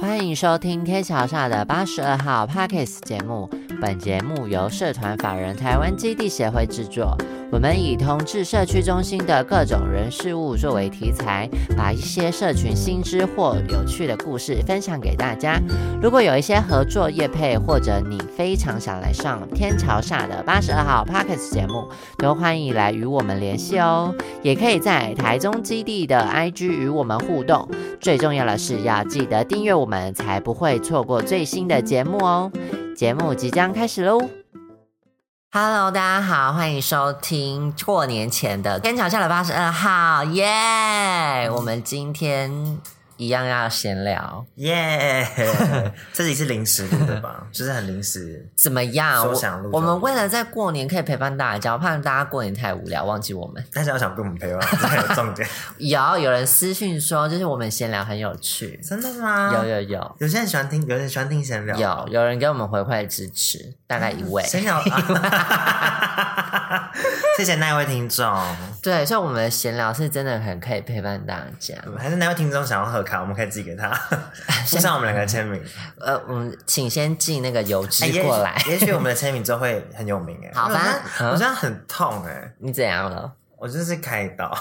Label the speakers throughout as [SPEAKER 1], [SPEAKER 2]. [SPEAKER 1] 欢迎收听 K 桥下的八十二号 Pockets 节目。本节目由社团法人台湾基地协会制作。我们以同志社区中心的各种人事物作为题材，把一些社群新知或有趣的故事分享给大家。如果有一些合作业配，或者你非常想来上天桥下的八十二号 Pockets 节目，都欢迎来与我们联系哦。也可以在台中基地的 IG 与我们互动。最重要的是要记得订阅我们，才不会错过最新的节目哦。节目即将开始喽！Hello，大家好，欢迎收听过年前的天桥下的八十二号，耶、我们今天一样要闲聊，
[SPEAKER 2] 耶、 这里是临时录的吧？就是很临时。
[SPEAKER 1] 怎么样？
[SPEAKER 2] 说想录
[SPEAKER 1] 我我
[SPEAKER 2] 就录
[SPEAKER 1] 们为了在过年可以陪伴大家，我怕大家过年太无聊，忘记我们。
[SPEAKER 2] 大家有想跟我 们陪吗？这有重点。
[SPEAKER 1] 有有人私讯说，就是我们闲聊很有趣，
[SPEAKER 2] 真的吗？
[SPEAKER 1] 有有有
[SPEAKER 2] 有些人喜欢听，有些人喜欢听闲聊。
[SPEAKER 1] 有有人给我们回馈支持，大概一位。
[SPEAKER 2] 闲聊。 啊 谢谢那位听众，
[SPEAKER 1] 对，所以我们的闲聊是真的很可以陪伴大家。
[SPEAKER 2] 还是那位听众想要贺卡，我们可以寄 给他，附上我们两个签名。
[SPEAKER 1] 呃，我们请先寄那个邮
[SPEAKER 2] 哎
[SPEAKER 1] 寄过来。
[SPEAKER 2] 也许也许我们的签名之后会很有名哎。
[SPEAKER 1] 好
[SPEAKER 2] 我觉得
[SPEAKER 1] 吧嗯
[SPEAKER 2] 我现在很痛哎，
[SPEAKER 1] 你怎样了？
[SPEAKER 2] 我就是开 刀，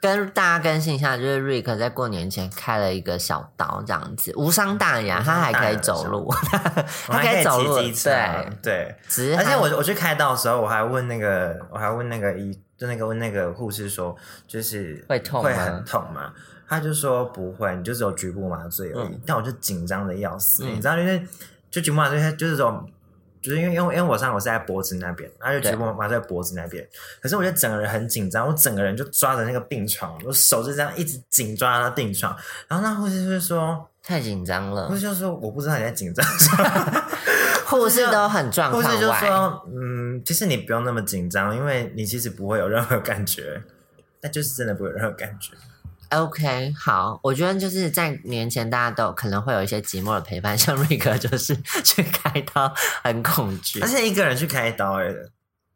[SPEAKER 1] 跟大家更新一下，就是瑞克在过年前开了一个小刀，这样子无伤大
[SPEAKER 2] 嗯
[SPEAKER 1] 雅，他还可以走路，
[SPEAKER 2] 我
[SPEAKER 1] 他
[SPEAKER 2] 还
[SPEAKER 1] 以走
[SPEAKER 2] 骑
[SPEAKER 1] 路，
[SPEAKER 2] 机车
[SPEAKER 1] 对，
[SPEAKER 2] 对。
[SPEAKER 1] 只是
[SPEAKER 2] 而且
[SPEAKER 1] 他
[SPEAKER 2] 我我去开刀的时候，我还问那个，我还问那个医，就那个问那个护士说，就是
[SPEAKER 1] 会痛吗
[SPEAKER 2] 会很痛吗？他就说不会，你就只有局部麻醉而已。但我就紧张的要死，
[SPEAKER 1] 嗯
[SPEAKER 2] 你知道，因为就局部麻醉，它就是这种，就是因为因为因为我伤口是在脖子那边，然后就
[SPEAKER 1] 对
[SPEAKER 2] 局部麻醉在脖子那边。可是我就整个人很紧张，我整个人就抓着那个病床，我手就这样一直紧抓着那病床。然后那护士就说，
[SPEAKER 1] 太紧张了
[SPEAKER 2] 护，士就说我不知道你在紧张什么。
[SPEAKER 1] 护士都很状
[SPEAKER 2] 护
[SPEAKER 1] 况
[SPEAKER 2] 士就
[SPEAKER 1] 外，
[SPEAKER 2] 说：“嗯，其实你不用那么紧张，因为你其实不会有任何感觉，那就是真的不会有任何感觉。
[SPEAKER 1] OK，好，我觉得就是在年前大家都有可能会有一些寂寞的陪伴，像瑞哥就是去开刀很恐惧
[SPEAKER 2] 而，且一个人去开刀哎、欸，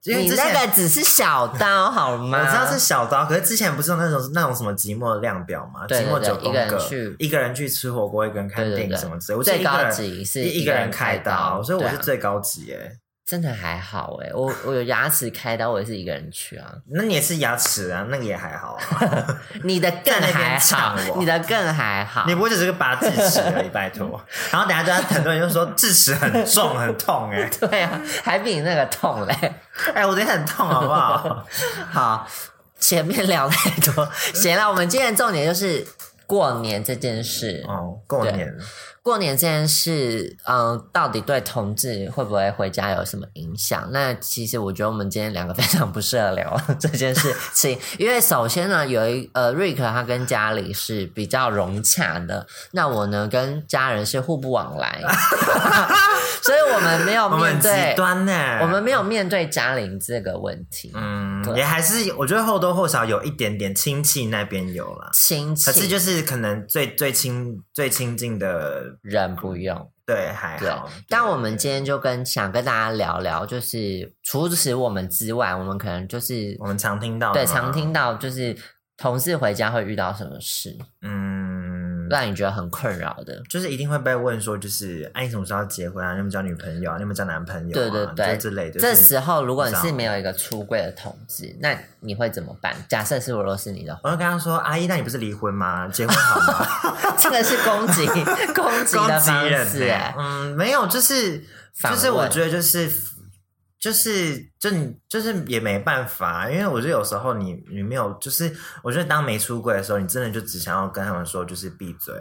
[SPEAKER 2] 因为
[SPEAKER 1] 你
[SPEAKER 2] 之
[SPEAKER 1] 那
[SPEAKER 2] 前
[SPEAKER 1] 个只是小刀好吗？
[SPEAKER 2] 我知道是小刀，可是之前不是有那种那种什么寂寞量表嘛，
[SPEAKER 1] 对
[SPEAKER 2] 寂寞
[SPEAKER 1] 对对
[SPEAKER 2] 九宫
[SPEAKER 1] 一个人
[SPEAKER 2] 格，
[SPEAKER 1] 去
[SPEAKER 2] 一个人去吃火锅，一个人看
[SPEAKER 1] 对对
[SPEAKER 2] 电影
[SPEAKER 1] 对
[SPEAKER 2] 什么之类。我记得
[SPEAKER 1] 最
[SPEAKER 2] 一个
[SPEAKER 1] 高
[SPEAKER 2] 人
[SPEAKER 1] 级是
[SPEAKER 2] 一
[SPEAKER 1] 一
[SPEAKER 2] 个
[SPEAKER 1] 个
[SPEAKER 2] 人
[SPEAKER 1] 人
[SPEAKER 2] 开
[SPEAKER 1] 开刀
[SPEAKER 2] 所以我
[SPEAKER 1] 对啊
[SPEAKER 2] 是最高级哎、
[SPEAKER 1] 真的还好哎、我我有牙齿开刀，我也是一个人去啊。
[SPEAKER 2] 那你也是牙齿啊，那个 也还好、啊，
[SPEAKER 1] 你的更
[SPEAKER 2] 在那边
[SPEAKER 1] 还好
[SPEAKER 2] 呛，我
[SPEAKER 1] 你的更还好。
[SPEAKER 2] 你不会只是个拔智齿而已，拜 托。然后等下就很多人就说智齿很重很痛哎、
[SPEAKER 1] 对啊，还比你那个痛嘞。
[SPEAKER 2] 哎、我觉得很 痛好不好？
[SPEAKER 1] 好，前面聊太多，行了，我们今天的重点就是过年这件事。
[SPEAKER 2] 哦，过年
[SPEAKER 1] 过年这件事，嗯，到底对同志会不会回家有什么影响？那其实我觉得我们今天两个非常不适合聊这件事情，因为首先呢，有一呃，瑞克他跟家里是比较融洽的，那我呢跟家人是互不往来， 所以我们没有
[SPEAKER 2] 我们
[SPEAKER 1] 面
[SPEAKER 2] 很极
[SPEAKER 1] 对，
[SPEAKER 2] 端呢，
[SPEAKER 1] 我们没有面对家里这个问题，
[SPEAKER 2] 嗯，
[SPEAKER 1] 对
[SPEAKER 2] 也还是我觉得或多或少有一点点亲戚那边有啦，
[SPEAKER 1] 亲戚
[SPEAKER 2] 可是就是可能最最亲最亲近的，
[SPEAKER 1] 人不用。
[SPEAKER 2] 对，还
[SPEAKER 1] 对
[SPEAKER 2] 好。，
[SPEAKER 1] 但
[SPEAKER 2] 对
[SPEAKER 1] 我们今天就跟想跟大家聊聊，就是除此我们之外，我们可能就是
[SPEAKER 2] 我们常听到的
[SPEAKER 1] 对
[SPEAKER 2] 嘛
[SPEAKER 1] 常，听到就是同事回家会遇到什么事，
[SPEAKER 2] 嗯，
[SPEAKER 1] 让你觉得很困扰的。
[SPEAKER 2] 就是一定会被问说，就是哎，你什么时候要结婚啊？你有没有交女朋友啊？你有没有交男朋友啊？
[SPEAKER 1] 对对对，
[SPEAKER 2] 就之类的。
[SPEAKER 1] 这
[SPEAKER 2] 就是
[SPEAKER 1] 时候如果你
[SPEAKER 2] 你知
[SPEAKER 1] 是
[SPEAKER 2] 道
[SPEAKER 1] 没有一个出柜的同志，那你会怎么办？假设是我若是你的话，
[SPEAKER 2] 我就跟他说，阿姨，那你不是离婚吗？结婚 好吗？
[SPEAKER 1] 这个是攻击攻击的方式、
[SPEAKER 2] 欸
[SPEAKER 1] 哎
[SPEAKER 2] 嗯，没有，就是
[SPEAKER 1] 访
[SPEAKER 2] 就
[SPEAKER 1] 问
[SPEAKER 2] 是，我觉得就是就是就你就是也没办法，因为我觉得有时候你你没有，就是我觉得当没出柜的时候，你真的就只想要跟他们说就是闭嘴，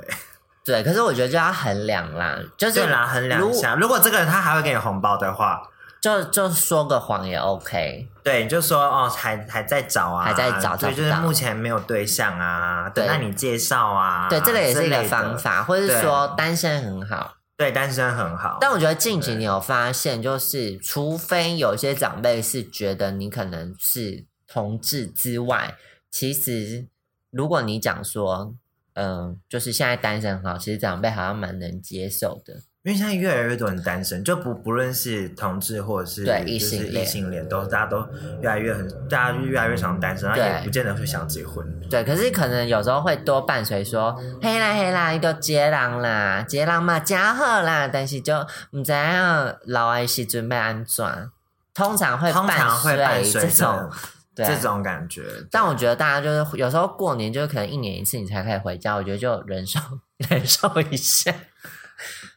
[SPEAKER 1] 对，可是我觉得就要衡量啦，就是
[SPEAKER 2] 对啦，衡量一下。如果这个人他还会给你红包的话，
[SPEAKER 1] 就就说个谎也 OK。
[SPEAKER 2] 对，你就说哦，还还在找啊，
[SPEAKER 1] 还在找找
[SPEAKER 2] 对，
[SPEAKER 1] 不
[SPEAKER 2] 就是
[SPEAKER 1] 到
[SPEAKER 2] 目前没有对象啊，
[SPEAKER 1] 对
[SPEAKER 2] 等待你介绍啊，
[SPEAKER 1] 对，这个也是一
[SPEAKER 2] 之
[SPEAKER 1] 个
[SPEAKER 2] 类的
[SPEAKER 1] 方，法，或是
[SPEAKER 2] 对
[SPEAKER 1] 说单身很好。
[SPEAKER 2] 对，单身很好，
[SPEAKER 1] 但我觉得近几年有发现，就是除非有些长辈是觉得你可能是同志之外，其实如果呃你讲说，嗯、就是现在单身很好，其实长辈好像蛮能接受的。
[SPEAKER 2] 因为现在越来越多人单身，就不不论是同志或者是
[SPEAKER 1] 对
[SPEAKER 2] 就是
[SPEAKER 1] 异性恋
[SPEAKER 2] 异性恋，都大家都越来越很，大家就越来越想单身，然后
[SPEAKER 1] 对
[SPEAKER 2] 也不见得会想结婚。
[SPEAKER 1] 对，可是可能有时候会多伴随说，嘿啦嘿啦，你都接人啦，接人嘛真好啦，但是就唔知影老的时准备安怎，通常会
[SPEAKER 2] 通常会伴
[SPEAKER 1] 随
[SPEAKER 2] 随
[SPEAKER 1] 这
[SPEAKER 2] 着
[SPEAKER 1] 种，对
[SPEAKER 2] 这种感觉，
[SPEAKER 1] 但我觉得大家就是有时候过年就是可能一年一次你才可以回家，我觉得就忍受 忍受一下。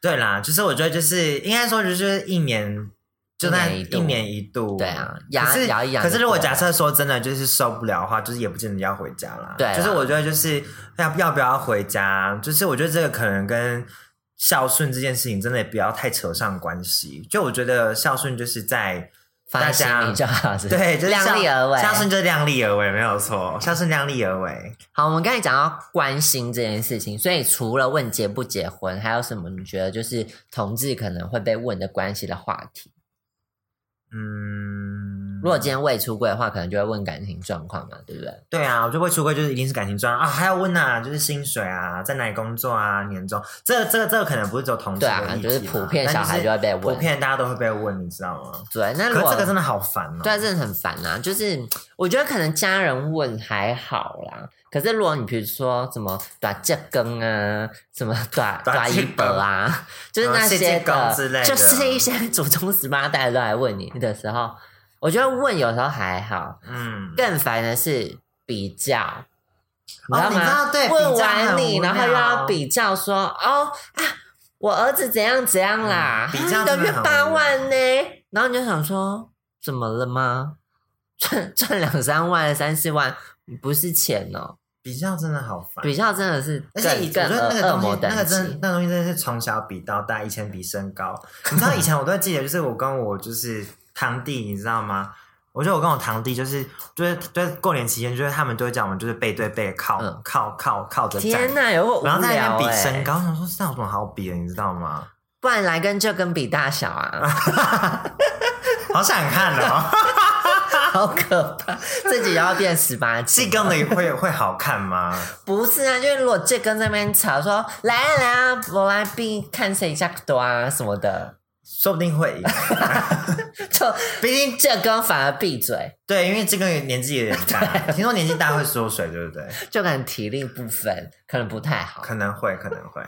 [SPEAKER 2] 对啦，就是我觉得就是应该说就是一年。就那
[SPEAKER 1] 一年一度
[SPEAKER 2] 一年一度，
[SPEAKER 1] 对啊压
[SPEAKER 2] 可是
[SPEAKER 1] 压一压就
[SPEAKER 2] 可是如果
[SPEAKER 1] 过了
[SPEAKER 2] 假设说真的就是受不了的话，就是也不见得要回家啦。
[SPEAKER 1] 对啊
[SPEAKER 2] 就是我觉得就是要要不要回家，就是我觉得这个可能跟孝顺这件事情真的也不要太扯上关系。就我觉得孝顺就是在
[SPEAKER 1] 放在
[SPEAKER 2] 大
[SPEAKER 1] 心
[SPEAKER 2] 家
[SPEAKER 1] 里就好，是不是
[SPEAKER 2] 对，就是孝
[SPEAKER 1] 量力而为。
[SPEAKER 2] 孝顺就是量力而为，没有错，孝顺量力而为。
[SPEAKER 1] 好，我们刚才讲到关心这件事情，所以除了问结不结婚，还有什么你觉得就是同志可能会被问的关系的话题？
[SPEAKER 2] 嗯，
[SPEAKER 1] 如果今天未出柜的话，可能就会问感情状况嘛，对不对？
[SPEAKER 2] 对啊，我就会出柜，就是一定是感情状况啊，还要问啊，就是薪水啊，在哪里工作啊，年终，这个这个这个可能不是只有同志
[SPEAKER 1] 对
[SPEAKER 2] 的
[SPEAKER 1] 啊
[SPEAKER 2] 议题
[SPEAKER 1] 就是
[SPEAKER 2] 啦
[SPEAKER 1] 普遍
[SPEAKER 2] 但
[SPEAKER 1] 小孩就会被问
[SPEAKER 2] 普遍大家都会被问，你知道吗？
[SPEAKER 1] 对，那如
[SPEAKER 2] 可是
[SPEAKER 1] 果
[SPEAKER 2] 这个真的好烦哦。
[SPEAKER 1] 对啊，真的很烦啊。就是我觉得可能家人问还好啦，可是如果你比如说什么短这根啊，什么短
[SPEAKER 2] 大
[SPEAKER 1] 短一
[SPEAKER 2] 这
[SPEAKER 1] 本
[SPEAKER 2] 根
[SPEAKER 1] 啊，就是
[SPEAKER 2] 嗯
[SPEAKER 1] 那
[SPEAKER 2] 世
[SPEAKER 1] 些
[SPEAKER 2] 界
[SPEAKER 1] 的，
[SPEAKER 2] 公之类的
[SPEAKER 1] 就是一些祖宗十八代都来问你的时候，我觉得问有时候还好，
[SPEAKER 2] 嗯，
[SPEAKER 1] 更烦的是比较。
[SPEAKER 2] 哦
[SPEAKER 1] 道
[SPEAKER 2] 你知
[SPEAKER 1] 吗？
[SPEAKER 2] 道对
[SPEAKER 1] 问
[SPEAKER 2] 比较很
[SPEAKER 1] 完你，
[SPEAKER 2] 无
[SPEAKER 1] 然后又要
[SPEAKER 2] 聊
[SPEAKER 1] 比较说哦啊，我儿子怎样怎样啦，
[SPEAKER 2] 嗯比
[SPEAKER 1] 啊
[SPEAKER 2] 较
[SPEAKER 1] 一个
[SPEAKER 2] 真的
[SPEAKER 1] 月
[SPEAKER 2] 很
[SPEAKER 1] 八
[SPEAKER 2] 无
[SPEAKER 1] 万呢，然后你就想说怎么了吗？赚 赚两三万、三四万不是钱哦，
[SPEAKER 2] 比较真的好烦。
[SPEAKER 1] 比较真的是
[SPEAKER 2] 而
[SPEAKER 1] 更
[SPEAKER 2] 且以
[SPEAKER 1] 更
[SPEAKER 2] 我觉得那
[SPEAKER 1] 恶
[SPEAKER 2] 个
[SPEAKER 1] 恶
[SPEAKER 2] 东
[SPEAKER 1] 魔
[SPEAKER 2] 西，那个
[SPEAKER 1] 等
[SPEAKER 2] 真的
[SPEAKER 1] 级，
[SPEAKER 2] 那个东西真的是从小比到大，以前比身高。你知道以前我都会记得，就是我跟我就是堂弟，你知道吗？我觉得我跟我堂弟就是就是就是过年期间，就是他们都会叫我们就是背对背靠、
[SPEAKER 1] 嗯
[SPEAKER 2] 靠靠靠着站
[SPEAKER 1] 天，哪，有够无
[SPEAKER 2] 然后在那
[SPEAKER 1] 聊
[SPEAKER 2] 边比
[SPEAKER 1] 欸
[SPEAKER 2] 身高，我想说这有什么好比的，你知道吗？
[SPEAKER 1] 不然来跟这跟比大小 啊，
[SPEAKER 2] 好想看哦，
[SPEAKER 1] 好可怕，自己要变十八
[SPEAKER 2] 这
[SPEAKER 1] 斤。
[SPEAKER 2] 更的会会好看吗？
[SPEAKER 1] 不是啊，就是如果这跟那边吵说来啊来啊，我来比看谁比较多啊什么的，
[SPEAKER 2] 说不定会赢，
[SPEAKER 1] 就
[SPEAKER 2] 毕竟
[SPEAKER 1] 这跟反而闭嘴，
[SPEAKER 2] 对，因为这个年纪有点大，听说年纪大会缩水，对不对？
[SPEAKER 1] 就可能体力部分可能不太好，
[SPEAKER 2] 可能会，可能会。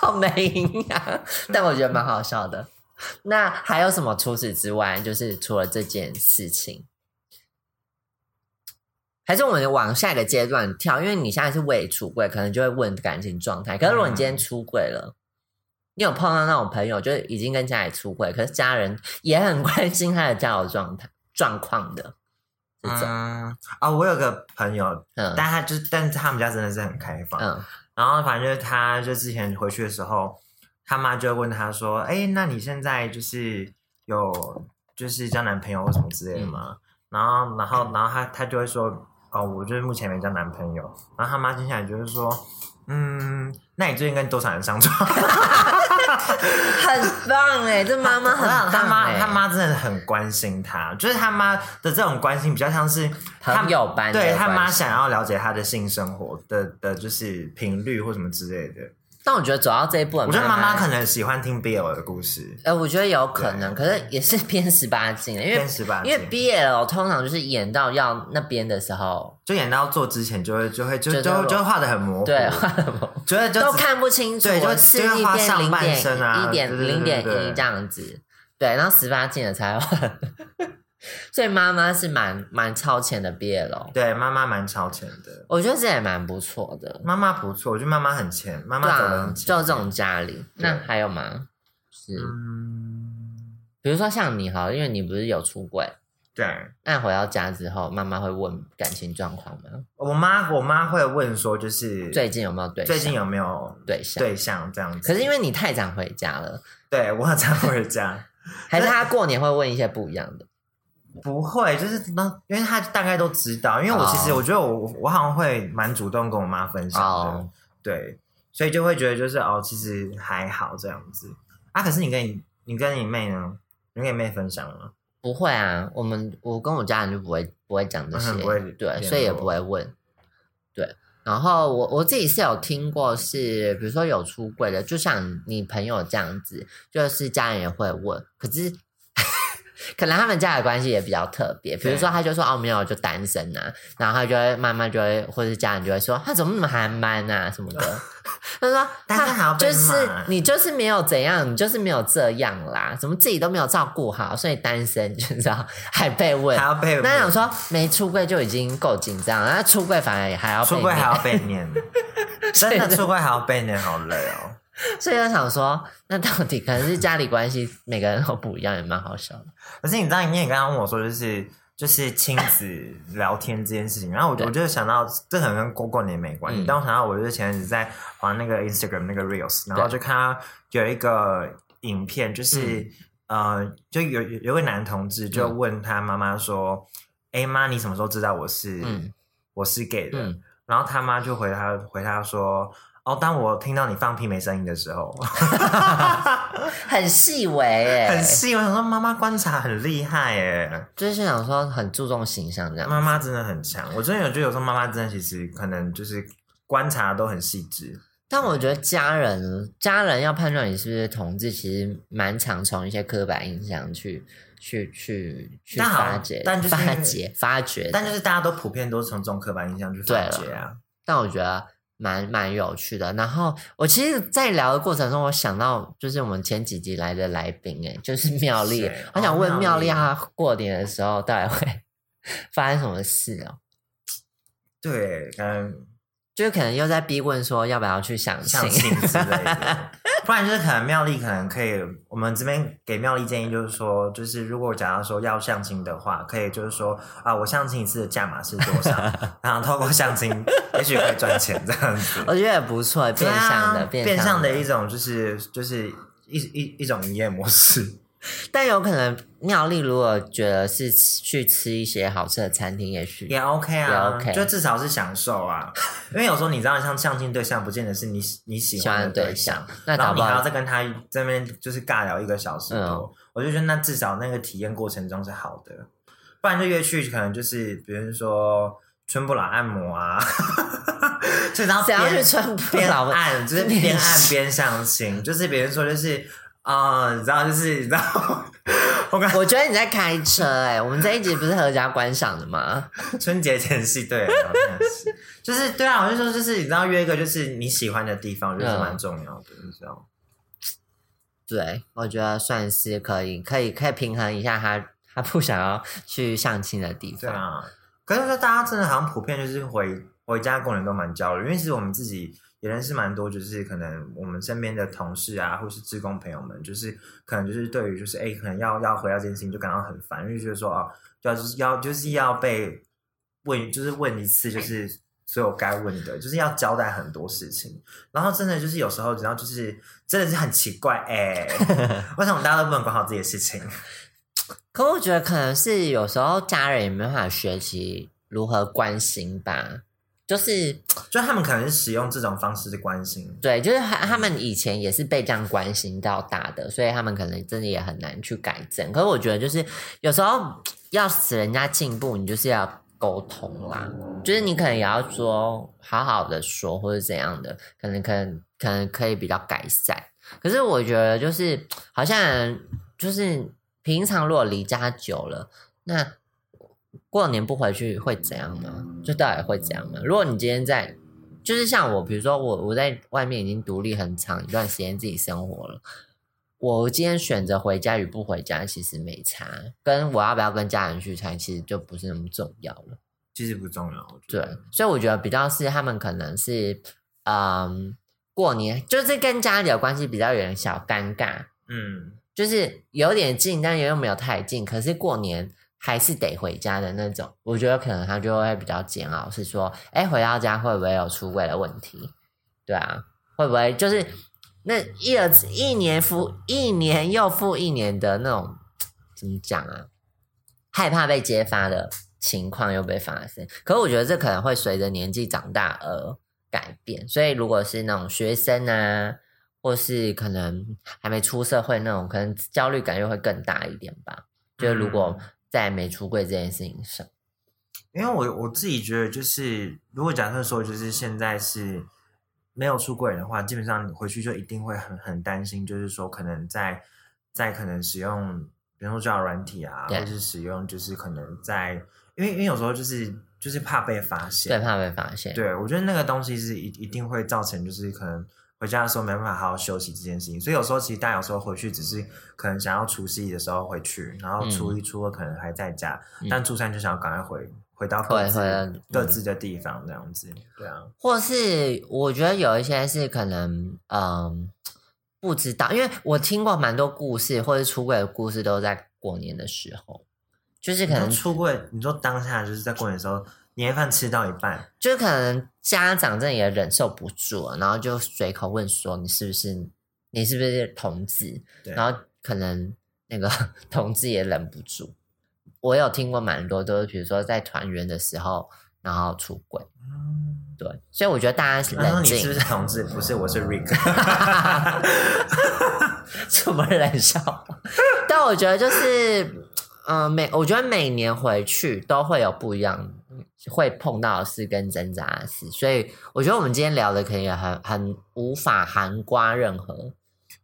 [SPEAKER 1] 好没营养，但我觉得蛮好笑的。那还有什么？除此之外，就是除了这件事情，还是我们往下一个阶段跳？因为你现在是未出柜，可能就会问感情状态。可是如果你
[SPEAKER 2] 嗯
[SPEAKER 1] 今天出柜了，你有碰到那种朋友，就是已经跟家里出柜，可是家人也很关心他的交友状态状况的这种，
[SPEAKER 2] 嗯，啊、我有个朋友，
[SPEAKER 1] 嗯
[SPEAKER 2] 但他就是，但是他们家真的是很开放。
[SPEAKER 1] 嗯
[SPEAKER 2] 然后反正就是他，就之前回去的时候，他妈就会问他说：“哎、那你现在就是有就是交男朋友或什么之类的
[SPEAKER 1] 嗯
[SPEAKER 2] 吗？”然后，然后，然后他他就会说：“哦，我就是目前没交男朋友。”然后他妈接下来就是说：“嗯，那你最近跟多少人相处？”
[SPEAKER 1] 很棒哎、这妈妈很棒、欸、
[SPEAKER 2] 他妈他妈真的很关心他，就是他妈的这种关心比较像是他
[SPEAKER 1] 朋友般的
[SPEAKER 2] 对他
[SPEAKER 1] 关
[SPEAKER 2] 妈
[SPEAKER 1] 系
[SPEAKER 2] 想要了解他的性生活的的，就是频率或什么之类的。
[SPEAKER 1] 但我觉得走到这一步，
[SPEAKER 2] 我觉得妈妈可
[SPEAKER 1] 能，
[SPEAKER 2] 能喜欢听 BL 的故事，
[SPEAKER 1] 呃，我觉得有可能，可是也是偏十八禁的，因为
[SPEAKER 2] 偏十八
[SPEAKER 1] 因
[SPEAKER 2] 禁
[SPEAKER 1] 为 BL 通常就是演到要那边的时候，
[SPEAKER 2] 就演到做之前就会就会就
[SPEAKER 1] 就
[SPEAKER 2] 就就就画的很模糊，
[SPEAKER 1] 对，
[SPEAKER 2] 觉哦得就
[SPEAKER 1] 都
[SPEAKER 2] 只
[SPEAKER 1] 看不清楚，
[SPEAKER 2] 对就
[SPEAKER 1] 视
[SPEAKER 2] 就
[SPEAKER 1] 力
[SPEAKER 2] 画
[SPEAKER 1] 变
[SPEAKER 2] 上
[SPEAKER 1] 零
[SPEAKER 2] 半
[SPEAKER 1] 点
[SPEAKER 2] 身啊
[SPEAKER 1] 一点
[SPEAKER 2] 对对对
[SPEAKER 1] 零点
[SPEAKER 2] 对对
[SPEAKER 1] 一这样子，对，然后十八禁的才会， 所以妈妈是蛮蛮超前的 BL，
[SPEAKER 2] 对妈妈蛮超前的，
[SPEAKER 1] 我觉得这也蛮不错的，
[SPEAKER 2] 妈妈不错，我觉得妈妈很前，妈
[SPEAKER 1] 对
[SPEAKER 2] 妈走的
[SPEAKER 1] 啊，
[SPEAKER 2] 很
[SPEAKER 1] 就
[SPEAKER 2] 前，
[SPEAKER 1] 这种家里，那还有吗？是，
[SPEAKER 2] 嗯，
[SPEAKER 1] 比如说像你好了，因为你不是有出轨。
[SPEAKER 2] 对。
[SPEAKER 1] 那回到家之后，妈妈会问感情状况吗？
[SPEAKER 2] 我妈我妈会问说，就是
[SPEAKER 1] 最近有没有对象
[SPEAKER 2] 最近有没有
[SPEAKER 1] 对象？
[SPEAKER 2] 对象这样子。
[SPEAKER 1] 可是因为你太常回家了，
[SPEAKER 2] 对我很常回家，
[SPEAKER 1] 还是他过年会问一些不一样的？
[SPEAKER 2] 不会，就是那，因为他大概都知道，因为我其实
[SPEAKER 1] 哦
[SPEAKER 2] 我觉得我我好像会蛮主动跟我妈分享的，
[SPEAKER 1] 哦
[SPEAKER 2] 对，所以就会觉得就是哦，其实还好这样子啊。可是你跟你你跟你妹呢？你跟你妹分享了？
[SPEAKER 1] 不会啊，我们我跟我家人就不会不会讲这些，
[SPEAKER 2] 嗯不会
[SPEAKER 1] 对，
[SPEAKER 2] 联络
[SPEAKER 1] 所以也不会问。对，然后我我自己是有听过是，比如说有出柜的，就像你朋友这样子，就是家人也会问，可是可能他们家的关系也比较特别，比如说他就说哦没有就单身啊，然后他就会妈妈就会或者家人就会说他怎么那么寒蛮啊什么 的，他说
[SPEAKER 2] 单身还
[SPEAKER 1] 他
[SPEAKER 2] 要被
[SPEAKER 1] 就是
[SPEAKER 2] 骂
[SPEAKER 1] 你就是没有怎样，你就是没有这样啦，怎么自己都没有照顾好，所以单身 就知道还被问
[SPEAKER 2] 还，要被
[SPEAKER 1] 那想说没出柜就已经够紧张了，那出柜反而还要被
[SPEAKER 2] 出柜还要
[SPEAKER 1] 念
[SPEAKER 2] 被念，真的出柜还要被念，好累哦。
[SPEAKER 1] 所以就想说，那到底可能是家里关系每个人都不一样，也蛮好笑的。
[SPEAKER 2] 可是你知道，你也刚刚问我说，就是就是亲 子聊天这件事情，然后我就
[SPEAKER 1] 对
[SPEAKER 2] 我就想到，这可能跟过过年没关系，
[SPEAKER 1] 嗯
[SPEAKER 2] 但我想到我就是前阵子在玩那个 Instagram 那个 Reels，然后就看到有一个影片，就是、
[SPEAKER 1] 嗯
[SPEAKER 2] 呃，就有有有位男同志就问他妈妈说：“哎、妈，你什么时候知道我是、
[SPEAKER 1] 嗯
[SPEAKER 2] 我是 gay 的？”
[SPEAKER 1] 嗯，
[SPEAKER 2] 然后他妈就回他回他说：“哦，当我听到你放屁没声音的时候，
[SPEAKER 1] 很细微哎、
[SPEAKER 2] 很细。”我想说，妈妈观察很厉害耶，
[SPEAKER 1] 就是想说很注重形象这样。
[SPEAKER 2] 妈妈真的很强。我真的有觉得，有时候妈妈真的其实可能就是观察都很细致。
[SPEAKER 1] 但我觉得家人家人要判断你是不是同志，其实蛮常从一些刻板印象去去去去
[SPEAKER 2] 但好
[SPEAKER 1] 发掘，
[SPEAKER 2] 但就是
[SPEAKER 1] 发掘发掘的。
[SPEAKER 2] 但就是大家都普遍都从这种刻板印象去发掘啊。
[SPEAKER 1] 但我觉得蛮蛮有趣的。然后我其实，在聊的过程中，我想到就是我们前几集来的来宾，哎，就是妙丽
[SPEAKER 2] 谁，
[SPEAKER 1] 我想
[SPEAKER 2] 嗯哦
[SPEAKER 1] 问妙
[SPEAKER 2] 妙
[SPEAKER 1] 丽，
[SPEAKER 2] 丽
[SPEAKER 1] 她过年的时候到底会 发生什么事哦？
[SPEAKER 2] 对，嗯，
[SPEAKER 1] 就是可能又在逼问说要不要去相亲啊
[SPEAKER 2] 相，亲之 类的。不然就是可能妙丽可能可以，我们这边给妙丽建议就是说，就是如果假如说要相亲的话，可以就是说啊，我相亲一次的价码是 多少，然后透过相亲，也许可以赚钱这样子。
[SPEAKER 1] 我觉得也不错，变相
[SPEAKER 2] 对
[SPEAKER 1] 的
[SPEAKER 2] 啊变相
[SPEAKER 1] 的
[SPEAKER 2] 的一种就是就是一一一种营业模式。
[SPEAKER 1] 但有可能妙丽如果觉得是吃去吃一些好吃的餐厅，也许
[SPEAKER 2] 也 OK
[SPEAKER 1] 也
[SPEAKER 2] 啊
[SPEAKER 1] OK
[SPEAKER 2] 就至少是享 受啊。因为有时候你知道，像相亲对象不见得是你你喜
[SPEAKER 1] 喜欢
[SPEAKER 2] 欢的
[SPEAKER 1] 的对
[SPEAKER 2] 对象，
[SPEAKER 1] 象那
[SPEAKER 2] 然
[SPEAKER 1] 搞
[SPEAKER 2] 后
[SPEAKER 1] 不
[SPEAKER 2] 你还
[SPEAKER 1] 好
[SPEAKER 2] 要再跟他这边就是尬聊一个小时多，
[SPEAKER 1] 嗯
[SPEAKER 2] 我就觉得那至少那个体验过程中是好的，不然就越去可能就是比如说春不老按摩啊， 所以然后
[SPEAKER 1] 谁要去
[SPEAKER 2] 边
[SPEAKER 1] 川普
[SPEAKER 2] 边
[SPEAKER 1] 老
[SPEAKER 2] 按就是
[SPEAKER 1] 边
[SPEAKER 2] 边按边相亲，就是比如说就是啊、你知道就是你知道，我刚
[SPEAKER 1] 我觉得你在开车哎、我们这一集不是合家观赏的吗？
[SPEAKER 2] 春节前夕，对，啊好像是就是对啊，我就说就是你知道约一个就是你喜欢的地方，我觉得是蛮重要的，你知道？
[SPEAKER 1] 对，我觉得算是可以，可以可以平衡一下他他不想要去相亲的地
[SPEAKER 2] 对
[SPEAKER 1] 方。
[SPEAKER 2] 啊，可是说大家真的好像普遍就是回回家过年都蛮焦虑，因为其实我们自己也认识蛮多，就是可能我们身边的同事啊，或是职工朋友们，就是可能就是对于就是哎、可能要要回到这件事情就感到很烦，因为觉得说哦，要就是要就是要被问，就是问一次就是。所有该问的，就是要交代很多事情，然后真的就是有时候，然后就是真的是很奇怪哎、为什么大家都不能管好自己的事情？
[SPEAKER 1] 可我觉得可能是有时候家人也没办法学习如何关心吧，就是
[SPEAKER 2] 就他们可能是使用这种方式去关心，
[SPEAKER 1] 对，就是他他们以前也是被这样关心到大的，所以他们可能真的也很难去改正。可是我觉得就是有时候要使人家进步，你就是要沟通啦，就是你可能也要说好好的说或者怎样的，可能可能可能可以比较改善。可是我觉得就是好像就是平常如果离家久了，那过年不回去会怎样吗？就到底会怎样吗？如果你今天在，就是像我，比如说我我在外面已经独立很长一段时间自己生活了，我今天选择回家与不回家其实没差，跟我要不要跟家人聚餐其实就不是那么重要了。
[SPEAKER 2] 其实不重要，我觉
[SPEAKER 1] 对
[SPEAKER 2] 得。，
[SPEAKER 1] 所以我觉得比较是他们可能是，嗯，过年就是跟家里的关系比较有点小尴尬，
[SPEAKER 2] 嗯，
[SPEAKER 1] 就是有点近，但又没有太近。可是过年还是得回家的那种，我觉得可能他就会比较煎熬，是说，哎，回到家会不会有出柜的问题？对啊，会不会就是那一而一年复一年又复一年的那种怎么讲啊？害怕被揭发的情况又被发生，可是我觉得这可能会随着年纪长大而改变，所以如果是那种学生啊，或是可能还没出社会那种，可能焦虑感又会更大一点吧。就是如果在没出柜这件事情上，
[SPEAKER 2] 因为我我自己觉得，就是如果假设说，就是现在是没有出柜的话，基本上你回去就一定会很很担心，就是说可能在在可能使用，比如说交友软体啊，
[SPEAKER 1] 对
[SPEAKER 2] 或是使用就是可能在，因为因为有时候就是就是怕被发现，
[SPEAKER 1] 对，怕被发现。
[SPEAKER 2] 对，我觉得那个东西是一一定会造成，就是可能回家的时候没办法好好休息这件事情。所以有时候其实大家有时候回去只是可能想要除夕的时候回去，然后初一、初二可能还在家，
[SPEAKER 1] 嗯
[SPEAKER 2] 但初三就想要赶快回回到各
[SPEAKER 1] 回
[SPEAKER 2] 自
[SPEAKER 1] 回到
[SPEAKER 2] 各
[SPEAKER 1] 嗯
[SPEAKER 2] 自的地方这样子。对啊，
[SPEAKER 1] 或是我觉得有一些是可能，嗯，不知道，因为我听过蛮多故事，或者出轨的故事，都在过年的时候，就是可
[SPEAKER 2] 你
[SPEAKER 1] 能
[SPEAKER 2] 说出柜，你说当下就是在过年的时候，年夜饭吃到一半，
[SPEAKER 1] 就是可能家长真的也忍受不住了，然后就随口问说你是不是你是不是同志，
[SPEAKER 2] 对，
[SPEAKER 1] 然后可能那个 同志也忍不住。我有听过蛮多，都是比如说在团圆的时候，然后出轨，
[SPEAKER 2] 嗯
[SPEAKER 1] 对，所以我觉得大家
[SPEAKER 2] 他说
[SPEAKER 1] 冷
[SPEAKER 2] 你是
[SPEAKER 1] 静
[SPEAKER 2] 不，是同志？不是，我是 Rick。
[SPEAKER 1] 怎么忍 受？但我觉得就是，嗯、每我觉得每年回去都会有不一样，会碰到的事跟挣扎的事，所以我觉得我们今天聊的可能也很很无法含瓜任何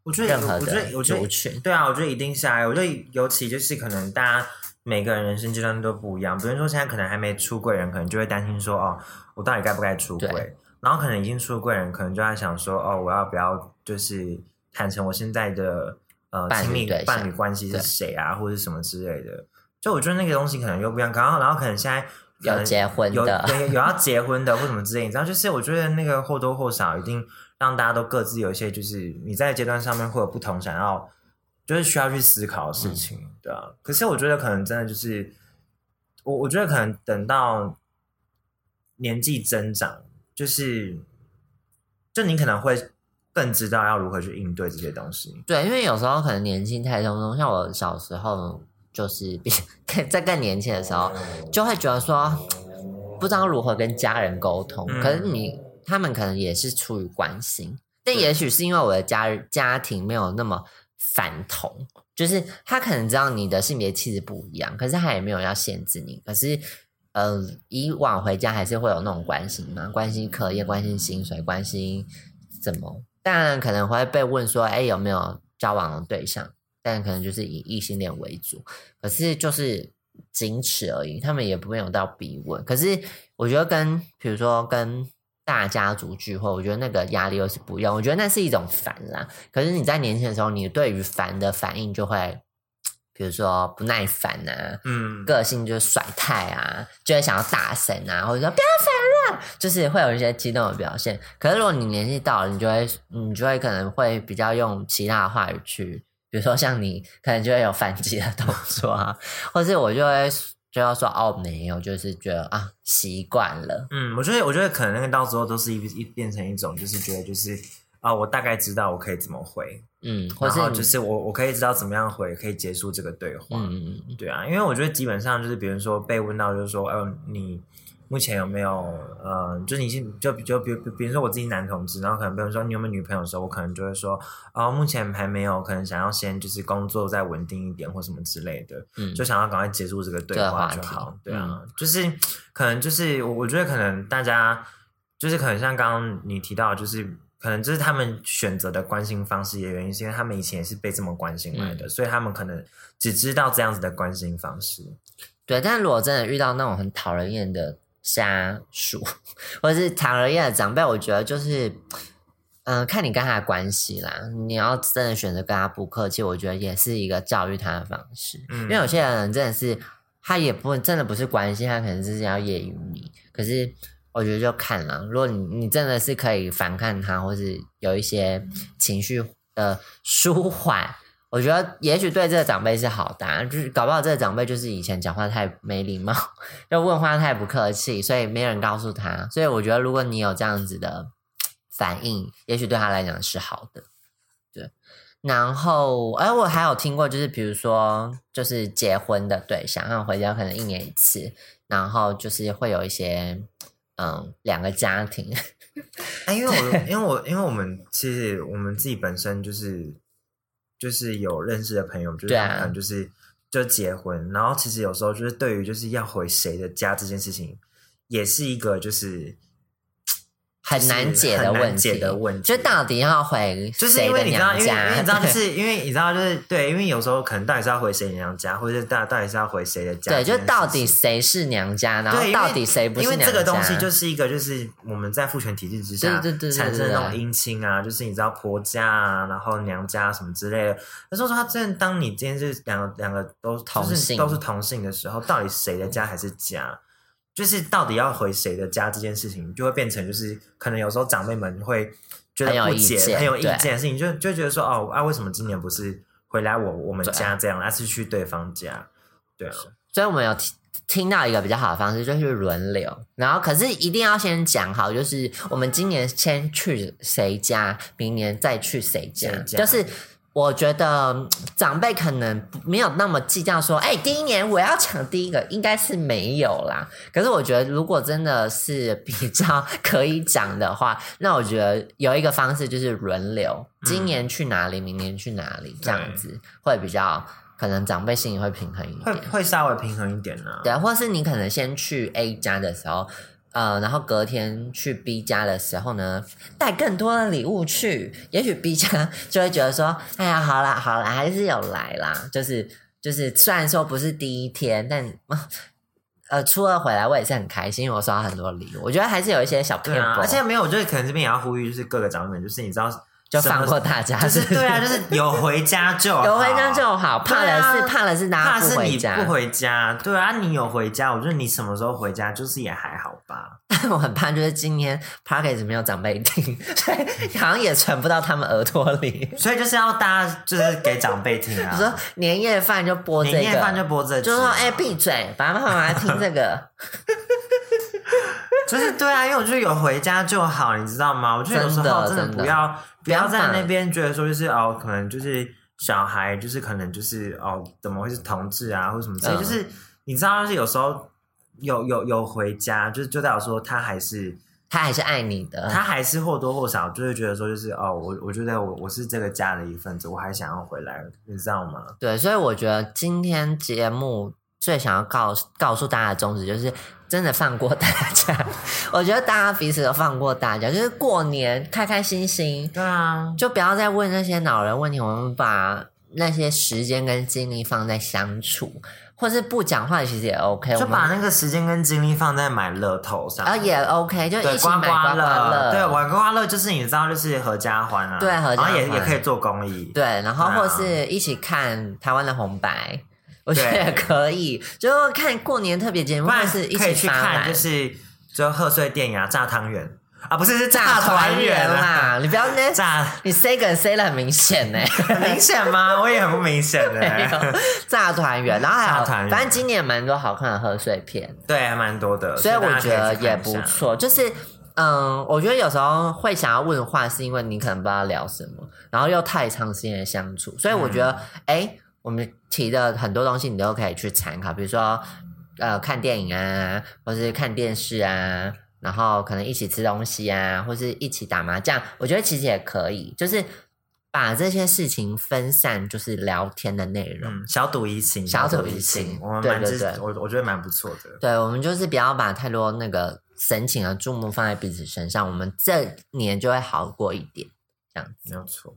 [SPEAKER 2] 我觉得
[SPEAKER 1] 任何
[SPEAKER 2] 我觉得
[SPEAKER 1] 的
[SPEAKER 2] 我觉得
[SPEAKER 1] 族群。
[SPEAKER 2] 对啊，我觉得一定是啊。我觉得尤其就是可能大家每个人人生阶段都不一样，比如说现在可能还没出柜人，可能就会担心说哦，我到底该不该出
[SPEAKER 1] 对
[SPEAKER 2] 柜？然后可能已经出柜人，可能就在想说哦，我要不要就是坦诚我现在的呃
[SPEAKER 1] 伴侣
[SPEAKER 2] 亲密
[SPEAKER 1] 对象
[SPEAKER 2] 伴侣关系是
[SPEAKER 1] 对
[SPEAKER 2] 谁啊，或者什么之类的。就我觉得那个东西可能又不一样，然后然后可能现在可能
[SPEAKER 1] 有结婚的
[SPEAKER 2] 有有有要结婚的或什么之类，你知道，就是我觉得那个或多或少一定让大家都各自有一些，就是你在阶段上面会有不同想要，就是需要去思考的事情，
[SPEAKER 1] 嗯
[SPEAKER 2] 对啊。可是我觉得可能真的就是，我我觉得可能等到年纪增长，就是就你可能会更知道要如何去应对这些东西。
[SPEAKER 1] 对，因为有时候可能年轻太冲动，像我小时候就是比 在更年轻的时候，就会觉得说不知道如何跟家人沟通。
[SPEAKER 2] 嗯
[SPEAKER 1] 可是你他们可能也是出于关心，但也许是因为我的家家庭没有那么反同，就是他可能知道你的性别气质不一样，可是他也没有要限制你，可是。呃，以往回家还是会有那种关心嘛，关心课业，关心薪水，关心怎么？当然可能会被问说，哎，有没有交往的对象？但可能就是以异性恋为主，可是就是仅此而已，他们也不用到逼问。可是我觉得跟比如说跟大家族聚会，我觉得那个压力又是不一样。我觉得那是一种烦啦。可是你在年轻的时候，你对于烦的反应就会，比如说不耐烦啊，
[SPEAKER 2] 嗯，
[SPEAKER 1] 个性就是甩态啊，就会想要大声啊，或者说不要烦了，就是会有一些激动的表现。可是如果你年纪到了，你就会你就会可能会比较用其他的话语去，比如说像你可能就会有反击的动作啊，或是我就会就要说哦没有，就是觉得啊习惯了，
[SPEAKER 2] 嗯，我觉得，我觉得可能那个到时候都是一一变成一种，就是觉得就是啊、我大概知道我可以怎么回，
[SPEAKER 1] 嗯，或
[SPEAKER 2] 然
[SPEAKER 1] 是
[SPEAKER 2] 后
[SPEAKER 1] 你
[SPEAKER 2] 就是我我可以知道怎么样回，可以结束这个对话。
[SPEAKER 1] 嗯嗯嗯
[SPEAKER 2] 对啊，因为我觉得基本上就是，比如说被问到，就是说，嗯、你目前有没有，呃，就你是就就比比比如说我自己男同志，然后可能比如说你有没有女朋友的时候，我可能就会说，哦，目前还没有，可能想要先就是工作再稳定一点或什么之类的，
[SPEAKER 1] 嗯，
[SPEAKER 2] 就想要赶快结束这个对
[SPEAKER 1] 这个
[SPEAKER 2] 话
[SPEAKER 1] 话
[SPEAKER 2] 就
[SPEAKER 1] 题嗯
[SPEAKER 2] 好。对啊，就是可能就是我我觉得可能大家就是可能像刚刚你提到的，就是可能这是他们选择的关心方式的原因，是因为他们以前也是被这么关心来
[SPEAKER 1] 嗯
[SPEAKER 2] 的，所以他们可能只知道这样子的关心方式。
[SPEAKER 1] 对，但如果真的遇到那种很讨人厌的家属，或者是讨人厌的长辈，我觉得就是，嗯、看你跟他的关系啦。你要真的选择跟他不客气，我觉得也是一个教育他的方式。
[SPEAKER 2] 嗯
[SPEAKER 1] 因为有些人真的是，他也不真的不是关心，他可能就是要揶揄你。可是我觉得就看了，如果你你真的是可以反抗他，或是有一些情绪的舒缓。我觉得也许对这个长辈是好的啊、就是搞不好这个长辈就是以前讲话太没礼貌，就问话太不客气，所以没人告诉他。所以我觉得如果你有这样子的反应，也许对他来讲是好的。对，然后哎，我还有听过，就是比如说就是结婚的对象，他们回家可能一年一次，然后就是会有一些嗯两个家庭，
[SPEAKER 2] 哎，因为我因为我因为我们其实我们自己本身就是就是有认识的朋友，就是
[SPEAKER 1] 对啊
[SPEAKER 2] 他们可能就是就结婚，然后其实有时候就是对于就是要回谁的家这件事情，也是一个就是
[SPEAKER 1] 很难解的
[SPEAKER 2] 很
[SPEAKER 1] 问
[SPEAKER 2] 难
[SPEAKER 1] 题，
[SPEAKER 2] 解的问题
[SPEAKER 1] 就到底要回
[SPEAKER 2] 就是
[SPEAKER 1] 谁
[SPEAKER 2] 因
[SPEAKER 1] 的
[SPEAKER 2] 为你知
[SPEAKER 1] 娘
[SPEAKER 2] 道，因为因为
[SPEAKER 1] 家？
[SPEAKER 2] 你 知道，就是因为你知道，就是对，因为有时候可能到底是要回谁娘家，或者是到到底是要回谁的家这
[SPEAKER 1] 对，
[SPEAKER 2] 件事情，
[SPEAKER 1] 就到底谁是娘家，然
[SPEAKER 2] 对，因
[SPEAKER 1] 后
[SPEAKER 2] 为
[SPEAKER 1] 到底谁不是
[SPEAKER 2] 因为
[SPEAKER 1] 娘家？
[SPEAKER 2] 这个东西就是一个，就是我们在父权体制之下
[SPEAKER 1] 对对对对对
[SPEAKER 2] 产生的那种
[SPEAKER 1] 对
[SPEAKER 2] 姻亲啊，就是你知道婆家啊，然后娘家什么之类的。那时候他真的，当你今天是两个两个都
[SPEAKER 1] 同
[SPEAKER 2] 就是
[SPEAKER 1] 性
[SPEAKER 2] 都是同性的时候，到底谁的家还是家？就是到底要回谁的家这件事情，就会变成就是可能有时候长辈们会觉
[SPEAKER 1] 很有
[SPEAKER 2] 得不
[SPEAKER 1] 意
[SPEAKER 2] 解，
[SPEAKER 1] 见
[SPEAKER 2] 很有意
[SPEAKER 1] 对
[SPEAKER 2] 见的事情，就就觉得说哦啊，为什么今年不是回来我我们家这样，而、啊是去对方家？对啊，
[SPEAKER 1] 所以我们有听听到一个比较好的方式，就是轮流。然后可是一定要先讲好，就是我们今年先去谁家，明年再去谁家。
[SPEAKER 2] 谁家
[SPEAKER 1] 就是我觉得嗯长辈可能不没有那么计较说，哎、第一年我要抢第一个，应该是没有啦。可是我觉得如果真的是比较可以讲的话，那我觉得有一个方式就是轮流，
[SPEAKER 2] 嗯
[SPEAKER 1] 今年去哪里，明年去哪里，这样子会比较。可能长辈心里会平衡一
[SPEAKER 2] 会
[SPEAKER 1] 点，
[SPEAKER 2] 会稍微平衡一点呢、啊。
[SPEAKER 1] 对，或是你可能先去 A 家的时候，呃，然后隔天去 B 家的时候呢，带更多的礼物去，也许 B 家 就会觉得说，哎呀，好啦好啦，还是有来啦，就是就是，虽然说不是第一天，但。呃，初二回来我也是很开心，因为我收到很多礼物。我觉得还是有一些小
[SPEAKER 2] 对
[SPEAKER 1] 偏
[SPEAKER 2] 啊，
[SPEAKER 1] 颇，
[SPEAKER 2] 而且没有，就是可能这边也要呼吁，就是各个长辈们，就是你知道，
[SPEAKER 1] 就
[SPEAKER 2] 什么
[SPEAKER 1] 放过，大家，
[SPEAKER 2] 就是是
[SPEAKER 1] 不是
[SPEAKER 2] 对啊，就是有回家就 好
[SPEAKER 1] 有回家就好。怕
[SPEAKER 2] 对
[SPEAKER 1] 的
[SPEAKER 2] 啊
[SPEAKER 1] 是、怕的是大
[SPEAKER 2] 怕
[SPEAKER 1] 家
[SPEAKER 2] 是
[SPEAKER 1] 回
[SPEAKER 2] 你
[SPEAKER 1] 家，
[SPEAKER 2] 不回家，对啊，你有回家，我觉得你什么时候回家，就是也还好吧。
[SPEAKER 1] 我很怕就是今天 p o d c a s t 没有长辈听， 所以好像也传不到他们耳朵 里。
[SPEAKER 2] 所以就是要大家就是给长辈听
[SPEAKER 1] 我
[SPEAKER 2] 啊，
[SPEAKER 1] 说年夜饭就播这个，
[SPEAKER 2] 年夜饭就播这集，啊
[SPEAKER 1] 就说哎闭嘴，爸爸妈妈听这个，
[SPEAKER 2] 就是对啊，因为我觉得有回家就好，你知道吗？我觉得有时
[SPEAKER 1] 真的
[SPEAKER 2] 候真的
[SPEAKER 1] 真的
[SPEAKER 2] 不要不要
[SPEAKER 1] 不要
[SPEAKER 2] 在
[SPEAKER 1] 把
[SPEAKER 2] 那边觉得说就是哦，可能就是小孩就是可能就是哦，怎么会是同志啊，或什么之类，
[SPEAKER 1] 嗯
[SPEAKER 2] 就是你知道，就是有时候有有有回家，就是就代表说他还是
[SPEAKER 1] 他还是爱你的。
[SPEAKER 2] 他还是或多或少就会觉得说就是哦，我我觉得我我是这个家的一份子，我还想要回来，你知道吗？
[SPEAKER 1] 对，所以我觉得今天节目最想要告诉告诉大家的宗旨就是。真的放过大家， 我觉得大家彼此都放过大家，就是过年开开心心，
[SPEAKER 2] 对啊，
[SPEAKER 1] 就不要再问那些恼人问题，我们把那些时间跟精力放在相处，或是不讲话其实也 OK，
[SPEAKER 2] 就
[SPEAKER 1] 我
[SPEAKER 2] 把
[SPEAKER 1] 们
[SPEAKER 2] 那个时间跟精力放在买乐透上，
[SPEAKER 1] 啊也 OK，就
[SPEAKER 2] 对，
[SPEAKER 1] 一起
[SPEAKER 2] 刮
[SPEAKER 1] 买刮
[SPEAKER 2] 乐，
[SPEAKER 1] 乐，
[SPEAKER 2] 对，玩刮刮乐就是你知道，就是合家欢啊，
[SPEAKER 1] 对合家欢
[SPEAKER 2] 然后也也可以做公益，
[SPEAKER 1] 对，然后
[SPEAKER 2] 对啊
[SPEAKER 1] 或是一起看台湾的红白，我觉得
[SPEAKER 2] 对
[SPEAKER 1] 也可以，就看过年特别节目，
[SPEAKER 2] 不
[SPEAKER 1] 或
[SPEAKER 2] 然
[SPEAKER 1] 是一
[SPEAKER 2] 可以
[SPEAKER 1] 起
[SPEAKER 2] 去
[SPEAKER 1] 发
[SPEAKER 2] 看，
[SPEAKER 1] 来
[SPEAKER 2] 就是就贺岁店呀，炸汤圆啊，不是是
[SPEAKER 1] 炸
[SPEAKER 2] 团
[SPEAKER 1] 团圆
[SPEAKER 2] 圆啊，
[SPEAKER 1] 啦，你不要那
[SPEAKER 2] 炸哎
[SPEAKER 1] 你 C 梗 C 的很明显呢、
[SPEAKER 2] 很明 显吗？我也很不明显
[SPEAKER 1] 没
[SPEAKER 2] 的，
[SPEAKER 1] 有炸团圆，然后还
[SPEAKER 2] 炸
[SPEAKER 1] 有，
[SPEAKER 2] 团圆
[SPEAKER 1] 反正今年蛮多好看的贺岁片，
[SPEAKER 2] 对，还蛮多的，
[SPEAKER 1] 所以我
[SPEAKER 2] 大家可
[SPEAKER 1] 觉
[SPEAKER 2] 去
[SPEAKER 1] 得
[SPEAKER 2] 看一下
[SPEAKER 1] 也不。错，就是。嗯，我觉得有时候会想要问话，是因为你可能不知道聊什么，然后又太长时间的相处，所以我觉得，
[SPEAKER 2] 嗯
[SPEAKER 1] 哎、我们提的很多东西你都可以去参考，比如说，呃，看电影啊，或是看电视啊，然后可能一起吃东西啊，或是一起打麻将，我觉得其实也可以，就是把这些事情分散，就是聊天的内容。
[SPEAKER 2] 嗯，小赌怡情，
[SPEAKER 1] 小赌
[SPEAKER 2] 怡
[SPEAKER 1] 怡情
[SPEAKER 2] 我们
[SPEAKER 1] 对
[SPEAKER 2] 蛮
[SPEAKER 1] 对
[SPEAKER 2] 支
[SPEAKER 1] 对，
[SPEAKER 2] 我我觉得蛮不错的。
[SPEAKER 1] 对，我们就是不要把太多那个神情和注目放在彼此身上，我们这年就会好过一点。
[SPEAKER 2] 没有错，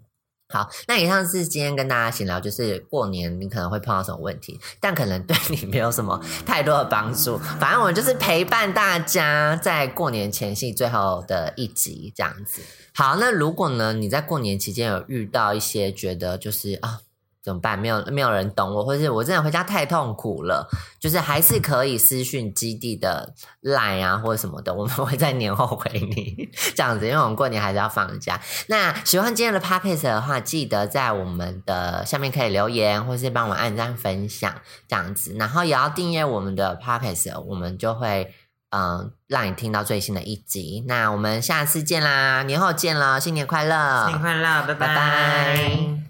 [SPEAKER 1] 好，那以上是今天跟大家闲聊，就是过年你可能会碰到什么问题，但可能对你没有什么太多的帮助。反正我们就是陪伴大家在过年前夕最后的一集这样子。好，那如果呢你在过年期间有遇到一些觉得就是啊怎么办，没有没有人懂我，或是我真的回家太痛苦了，就是还是可以私讯基地的 line 啊或者什么的，我们会在年后回你 这样子，因为我们过年还是要放假。那喜欢今天的 podcast 的话，记得在我们的下面可以留言，或是帮我们按赞分享这样子，然后也要订阅我们的 podcast，我们就会嗯、呃让你听到最新的一集。那我们下次见啦，年后见了，新年快乐，
[SPEAKER 2] 新年快乐，拜
[SPEAKER 1] 拜拜